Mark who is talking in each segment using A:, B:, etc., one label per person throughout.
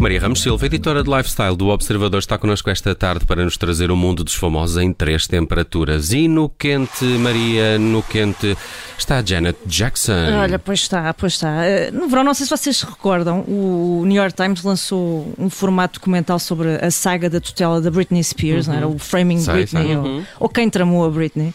A: Maria Ramos Silva, editora de Lifestyle do Observador, está connosco esta tarde para nos trazer o mundo dos famosos em três temperaturas. E no quente, Maria, no quente está a Janet Jackson.
B: Olha, pois está, pois está. Eh, No verão, não sei se vocês se recordam, o New York Times lançou um formato documental sobre a saga da tutela da Britney Spears, não era? O Framing
A: Sei,
B: Britney,
A: sei.
B: Ou, ou Quem Tramou a Britney.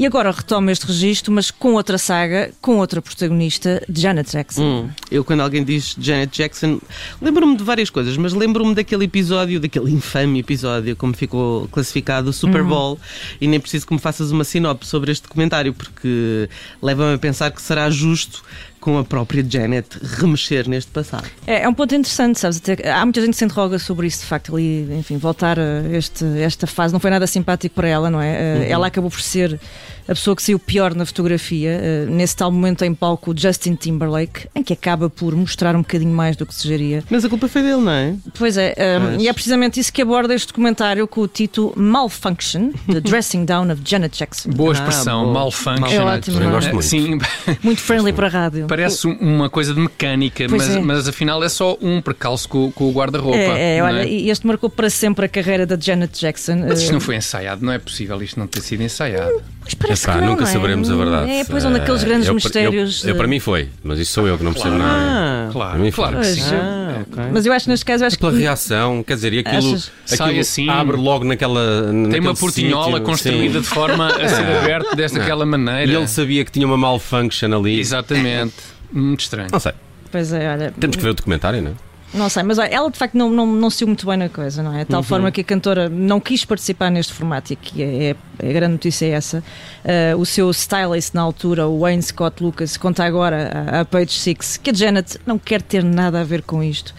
B: E agora retoma este registro, mas com outra saga, com outra protagonista, Janet Jackson.
C: Hum, Eu, quando alguém diz Janet Jackson, lembro-me de várias coisas, mas lembro-me daquele episódio, daquele infame episódio, como ficou classificado o Super
B: Uhum.
C: Bowl, e nem preciso que me faças uma sinopse sobre este documentário, porque leva-me a pensar que será justo com a própria Janet remexer neste passado.
B: É, é um ponto interessante, sabes? até- há muita gente que se interroga sobre isso, de facto, ali, enfim, voltar a este, esta fase não foi nada simpático para ela, não
D: Uhum.
B: é? Eh, Ela acabou por ser a pessoa que saiu pior na fotografia, eh, nesse tal momento em palco, o Justin Timberlake, em que acaba por mostrar um bocadinho mais do que desejaria.
C: Mas a culpa foi dele, não é?
B: Pois é, um,
C: Pois.
B: e é precisamente isso que aborda este documentário com o título Malfunction, The Dressing Down of Janet Jackson.
D: Boa
C: Ah,
D: expressão,
C: boa.
D: malfunction.
B: É ótimo,
A: Também
B: não é?
A: gosto muito.
D: Sim,
B: Muito friendly para a rádio.
D: parece uma coisa de mecânica,
B: Pois
D: mas,
B: é.
D: mas afinal é só um percalço com, com o guarda-roupa.
B: É, é,
D: não
B: olha,
D: é?
B: e este marcou para sempre a carreira da Janet Jackson.
D: Mas
B: eh,
D: isto não foi ensaiado, não é possível isto não ter sido ensaiado.
B: Mas parece
A: Epá,
B: que não,
A: nunca
B: não é?
A: saberemos a verdade.
B: É, pois um daqueles
A: Eh,
B: grandes
A: eu- eu-
B: mistérios.
A: Eu,
B: eh,
A: para mim foi, mas isso sou eu que não é. percebo nada.
C: Ah,
A: Para mim foi.
D: Claro, claro que sim.
B: Pois,
C: ah, ok.
B: Mas eu acho que neste caso, eu acho
A: Pela
B: que
A: reação, quer dizer, e aquilo,
B: Achas-
A: aquilo
D: Sai assim.
A: abre logo naquela.
D: Tem uma portinhola construída de forma a ser aberta desta
A: Não.
D: aquela
A: É. E
D: maneira.
A: ele sabia que tinha uma malfunction ali.
D: Exatamente. Muito estranho.
A: Não sei.
B: Pois é, olha,
A: Temos que ver o documentário, não é?
B: não sei, mas olha, ela de facto não, não, não se muito bem na coisa, não é? De tal forma que a cantora não quis participar neste formato e que é, é- a grande notícia é essa. Ah, o seu stylist na altura, o Wayne Scott Lucas, conta agora à- à Page Six que a Janet não quer ter nada a ver com isto.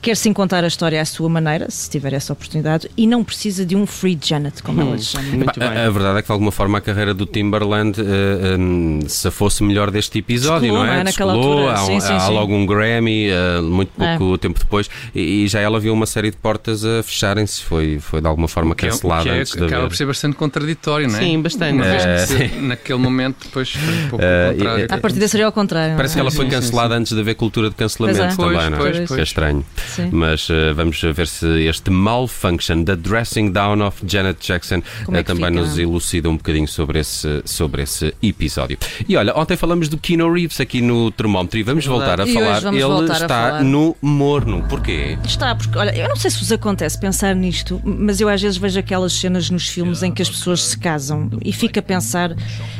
B: Quer sim contar a história à sua maneira, se tiver essa oportunidade, e não precisa de um free Janet, como
A: Hum.
B: ela lhe chama.
C: Muito
A: Pá,
C: bem.
A: A, a verdade é que de alguma forma a carreira do Timberland eh, hum, se fosse melhor deste episódio,
B: Descolou,
A: não
B: não
A: é?
B: é? Naquela altura.
A: há, um-
B: Sim, sim,
A: há
B: sim. É.
A: logo um Grammy, eh, muito pouco tempo depois, e, e já ela viu uma série de portas a fecharem-se, foi, foi de alguma forma
D: Que é-
A: cancelada
D: que é-
A: antes de
D: acaba
A: haver.
D: por ser bastante contraditório, não é?
C: Sim, bastante.
D: Uma vez que
A: É.
D: se- naquele momento, depois foi um pouco
A: Eh,
D: o contrário.
A: e-
B: A partir seria ao contrário. é?
A: Parece que ela
D: Sim,
A: foi
D: sim,
A: cancelada antes de haver cultura de cancelamento
B: Pois é.
A: também,
D: Pois,
A: não é?
D: pois,
A: Isso
D: pois.
A: é estranho.
B: Sim.
A: Mas eh, vamos ver se este malfunction, The Dressing Down of Janet Jackson,
B: Como é
A: eh,
B: que
A: também
B: fica?
A: nos elucida um bocadinho sobre esse, sobre esse episódio. E olha, ontem falamos do Keanu Reeves aqui no termómetro e vamos voltar a
B: É E hoje
A: falar.
B: vamos
A: Ele
B: voltar a
A: está
B: falar.
A: no morno. Porquê?
B: Está, porque olha, eu não sei se vos acontece pensar nisto, mas eu às vezes vejo aquelas cenas nos filmes em que as pessoas se casam e fico a pensar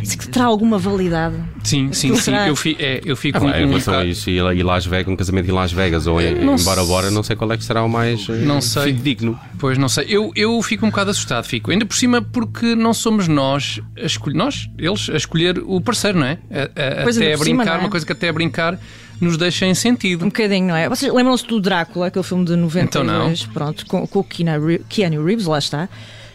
B: se que terá alguma validade.
D: Sim, sim,
B: Aquilo
D: sim.
B: será-
D: Eu, fi- é, eu fico
A: Ah,
D: um,
A: pá, em
D: um
A: relação a
D: bocado-
A: isso, e lá- e Las Vegas, um casamento em Las Vegas ou em,
D: Não
A: em Bora
D: sei.
A: Bora, não sei qual é que será o mais eh,
D: Não sei.
A: digno.
D: Pois não sei, eu, eu fico um bocado assustado, fico. Ainda por cima, porque não somos nós a escolher, nós, eles, a escolher o parceiro, não é? A- a-
B: Pois,
D: até
B: ainda
D: a
B: por cima,
D: brincar,
B: não é?
D: uma coisa que até a brincar nos deixa em
B: Um
D: sentido.
B: bocadinho, não é? Vocês lembram-se do Drácula, aquele filme de 92,
D: Então não.
B: pronto, com, com o Keanu Ree- Keanu Reeves, lá está,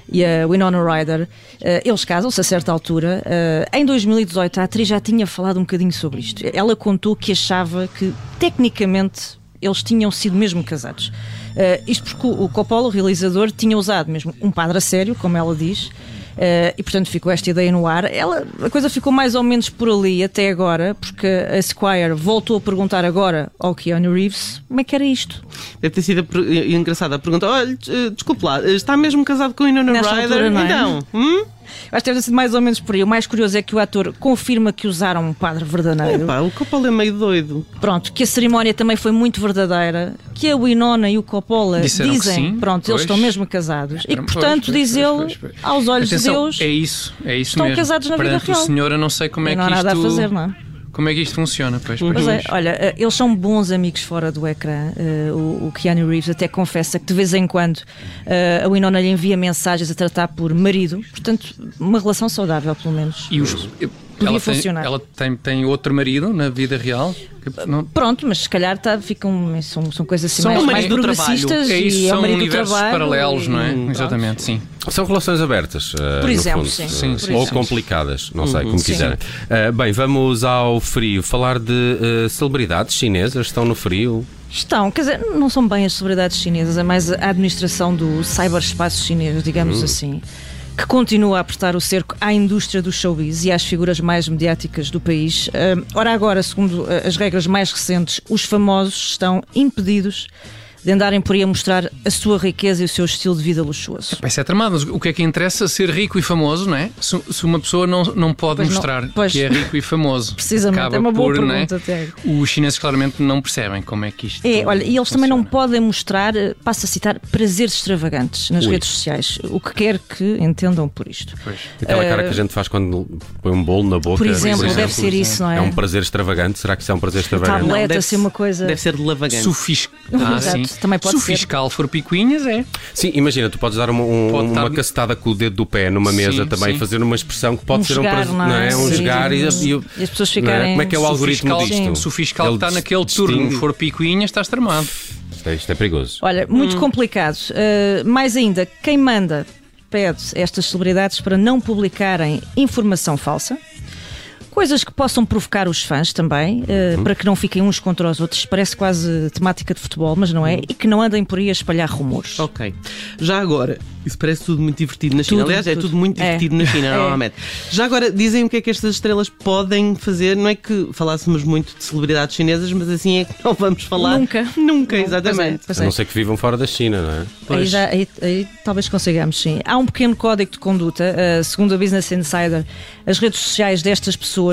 B: e a Winona Ryder. Eh, eles casam-se a certa altura. Eh, em 2018, a atriz já tinha falado um bocadinho sobre isto. Ela contou que achava que, tecnicamente, eles tinham sido mesmo casados. Eh, isto porque o o Coppola, o realizador, tinha usado mesmo um padre a sério, como ela diz, eh, e portanto ficou esta ideia no ar. Ela, a coisa ficou mais ou menos por ali até agora, porque a Squire voltou a perguntar agora ao Keanu Reeves como é que era isto.
C: Deve ter sido a per- eh, engraçada a pergunta. Olha, eh, desculpe lá, eh, está mesmo casado com a Inona
B: Nesta altura,
C: Ryder?
B: não é?
C: Então, hum?
B: Acho que deve ter sido mais ou menos por aí. O mais curioso é que o ator confirma que usaram um padre verdadeiro.
C: Epá, o Coppola é meio doido.
B: Pronto, que a cerimónia também foi muito verdadeira, que a Winona e o Coppola
D: Disseram que
B: dizem,
D: sim,
B: pronto,
D: pois.
B: eles estão mesmo casados. E que,
D: Pois,
B: portanto,
D: pois,
B: diz
D: pois,
B: ele,
D: pois, pois.
B: aos olhos
D: Atenção,
B: de Deus,
D: é isso, é isso
B: estão
D: mesmo.
B: casados na vida
D: Perante
B: real.
D: o senhor, eu não sei como é
B: não há
D: que isto
B: nada a fazer, não é?
D: como é que isto funciona, pois. pois,
B: Pois é,
D: pois.
B: olha, eh, eles são bons amigos fora do ecrã. Eh, o, o Keanu Reeves até confessa que de vez em quando eh, a Winona lhe envia mensagens a tratar por marido. Portanto, uma relação saudável, pelo menos.
D: E os,
B: podia
D: ela
B: funcionar.
D: Tem, ela tem, tem outro marido na vida real? Que não-
B: Pronto, mas se calhar tá, ficam, são, são coisas assim
D: São
B: mais,
D: o
B: mais
D: marido do
B: progressistas
D: É
B: e
D: isso,
B: é o
D: são
B: marido do
D: universos
B: trabalho.
D: paralelos, não é?
B: e-
D: Exatamente, sim.
A: São relações abertas, eh,
B: Por
A: no
B: exemplo,
A: fundo.
B: sim.
D: Sim, Uhum, por
A: ou
D: exemplo.
A: complicadas, não sei, como
B: Sim.
A: quiserem. Eh, bem, vamos ao frio. Falar de eh, celebridades chinesas estão no frio.
B: Estão, quer dizer, não são bem as celebridades chinesas, é mais a administração do cyberespaço chinês,
D: Hum.
B: digamos assim, que continua a apertar o cerco à indústria do showbiz e às figuras mais mediáticas do país. Hum, ora, agora, segundo eh, as regras mais recentes, os famosos estão impedidos de andarem por aí a mostrar a sua riqueza e o seu estilo de vida luxuoso.
D: Vai ser tramado. Mas o que é que interessa ser rico e famoso, não é? Se, se uma pessoa não, não pode
B: Pois não,
D: mostrar
B: pois.
D: que é rico e famoso.
B: Precisamente,
D: Acaba
B: é uma boa
D: por, não
B: pergunta, Tiago.
D: Os chineses claramente não percebem como é que isto
B: É, olha, e eles também não
D: funciona.
B: podem mostrar, eh, passo a citar, prazeres extravagantes nas
A: Ui.
B: redes sociais, o que quer que entendam por isto.
D: Pois.
A: Aquela cara que a gente faz quando põe um bolo na boca.
B: Eh, Por exemplo,
D: exemplo,
B: deve ser isso, não é?
A: É um prazer extravagante. Será que isso é um prazer extravagante?
B: Tablet.
C: deve
B: assim, uma coisa-
C: Deve ser de lavagante.
D: Se o, fis... ah,
B: Exato,
D: sim.
B: também pode
D: Se o
B: ser.
D: fiscal for picuinhas, é.
A: Sim, imagina, tu podes dar uma, um-
D: Pode
A: uma
D: dar-
A: cacetada com o dedo do pé numa
D: Sim,
A: mesa também,
D: sim.
A: fazer uma expressão que pode
B: Um
A: ser um
B: jogar,
A: prazer,
B: não é?
A: Um
B: Sim.
A: jogar e, e-
B: E as pessoas
A: não é?
B: ficarem-
A: Como é que é o
B: Se o
A: algoritmo
D: fiscal,
A: disto?
D: Se o fiscal
A: Ele
D: está naquele
A: distingue-
D: turno, for picuinhas, estás tramado.
A: Isto é, isto é perigoso.
B: Olha, muito complicado. Uh, mais ainda, quem manda pede estas celebridades para não publicarem informação falsa. Coisas que possam provocar os fãs também, uh, para que não fiquem uns contra os outros. Parece quase temática de futebol, mas não é. E que não andem por aí a espalhar rumores.
C: Ok. Já agora, isso parece tudo muito divertido na China.
B: Tudo,
C: Aliás, é
B: tudo.
C: tudo muito
B: É.
C: divertido na China,
B: É.
C: normalmente. Já agora, dizem o que é que estas estrelas podem fazer. Não é que falássemos muito de celebridades chinesas, mas assim é que não vamos falar.
B: Nunca.
C: Nunca,
B: Pois é,
C: exatamente.
B: pois
A: A
B: é.
A: não ser que vivam fora da China, não é?
B: Aí, já- aí- aí talvez consigamos, sim. Há um pequeno código de conduta. eh, segundo a Business Insider, as redes sociais destas pessoas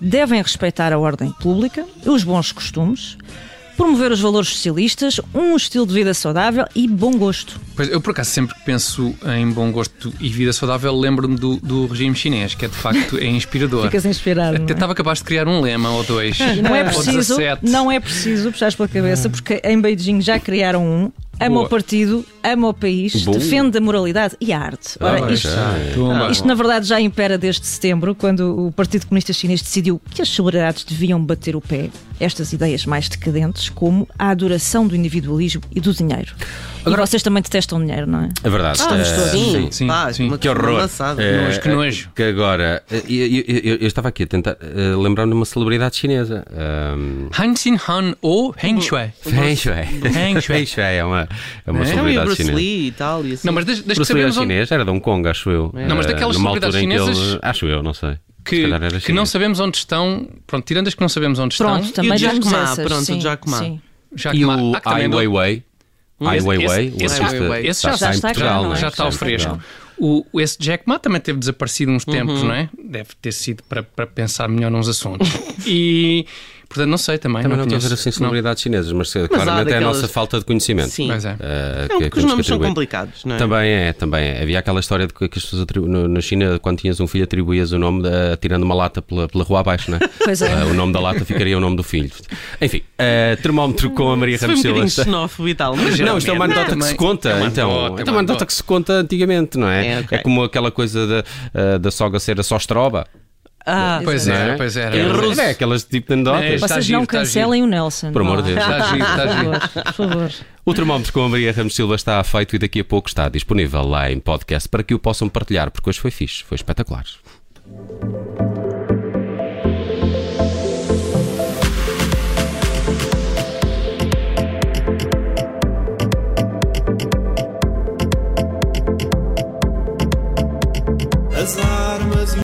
B: devem respeitar a ordem pública, os bons costumes, promover os valores socialistas, um estilo de vida saudável e bom gosto.
D: Pois, eu por acaso sempre que penso em bom gosto e vida saudável lembro-me do, do regime chinês, que é de facto é inspirador.
B: Ficas inspirado.
D: Até
B: não é?
D: estava capaz de criar um lema ou dois.
B: E não é
D: Ou
B: preciso,
D: 17.
B: não é preciso puxares pela cabeça, porque em Beijing já criaram um. Ama
D: Ah. Boa.
B: o partido, ama o país,
A: Boa.
B: defende a moralidade e a arte. Ora,
D: Ah,
B: isto,
A: é.
D: já, tumba.
B: Isto, na verdade, já impera desde setembro, quando o Partido Comunista Chinês decidiu que as celebridades deviam bater o pé. Estas ideias mais decadentes, como a adoração do individualismo e do dinheiro. e vocês também detestam dinheiro, não é?
A: É verdade.
C: Ah,
A: Eh,
C: mas todos.
D: sim, sim,
C: Pá,
D: sim. É.
C: uma
A: Que
C: coisa
A: horror.
C: engraçada.
A: Eh,
D: nojo, que nojo.
A: Que agora, eh, eu, eu- eu- eu estava aqui a tentar eh, lembrar-me de uma celebridade chinesa. Ahm,
D: Han Xin Han ou Heng Shui.
A: Feng Shui.
D: Feng Shui.
A: Feng Shui é uma, é uma
D: Não é?
C: Não, e o
A: celebridade
C: Bruce
A: chinesa.
C: Lee e tal. E assim.
D: Não, mas desde, desde
A: Bruce
D: que
A: Lee era
D: sabemos onde,
A: é chinês, era de Hong Kong, acho eu.
D: Não, mas
A: Eh,
D: daquelas
A: numa altura em que
D: celebridades
A: ele,
D: chinesas-
A: acho eu, não sei. Se
D: que,
A: calhar era
D: que não
A: chinês.
D: sabemos onde estão. Pronto, tirando as que não sabemos onde
B: Pronto,
D: estão.
B: também
C: o
B: já nos
C: Jack Ma,
B: essas,
C: pronto, o
B: sim,
C: Jack Ma.
B: sim.
D: Já
A: E
D: há-
A: o
D: há que
A: Ai
D: também é do-
A: Weiwei. Ai
D: Esse-
A: Weiwei,
D: esse-
A: o
D: esse-
A: artista,
D: esse Tá, já
A: está,
B: está
A: em
B: cá,
A: Portugal,
B: não
A: não é?
B: é?
D: já está ao
A: em
D: fresco.
A: Portugal. Uhum.
D: O, esse Jack Ma também teve desaparecido uns tempos, não é? Deve ter sido para, para pensar melhor nos assuntos. e, portanto, não sei também.
A: Também não estou
D: não
A: a
D: conheço.
A: ver assim celebridades chinesas, mas, eh,
C: Mas há
A: claramente é a
C: daquelas-
A: nossa falta de conhecimento.
C: Sim.
D: Não. Pois é.
A: eh, que-
C: Não, porque
A: que
C: um os
A: nos
C: nomes são
A: contribui.
C: complicados, não é?
A: Também é, também é. Havia aquela história de que que as pessoas atribu- no, na China, quando tinhas um filho, atribuías o nome da- tirando uma lata pela, pela rua abaixo, não é?
B: Pois é.
A: Ah, o nome da lata ficaria o nome do filho. Enfim, ah, termómetro com a Maria
C: Foi um
A: Ramos Silva.
C: bocadinho xenófobo e tal. Mas
A: Não, isto é uma
D: Geralmente.
A: anedota que
D: Não,
A: se
D: também-
A: conta,
D: é uma
A: então.
D: anedota,
A: é
D: é
A: uma
D: uma
A: anedota
D: anedota.
A: que se conta antigamente, não é?
C: É, ok.
A: como aquela coisa da, ah, da sogra ser a só estroba.
C: Ah,
D: Pois
A: não
D: era,
A: é?
D: pois era.
A: É,
D: Pois era.
A: é aquelas tipo de anedotas.
D: Está
B: Vocês
D: giro,
B: não
D: está
B: cancelem o Nelson.
A: Por amor
B: não
A: de
B: é?
A: Deus.
D: Está Tá giro, está giro.
B: Por favor, por favor.
A: O termómetro com a Maria Ramos Silva está feito e daqui a pouco está disponível lá em podcast para que o possam partilhar, porque hoje foi fixe, foi espetacular.
E: as armas e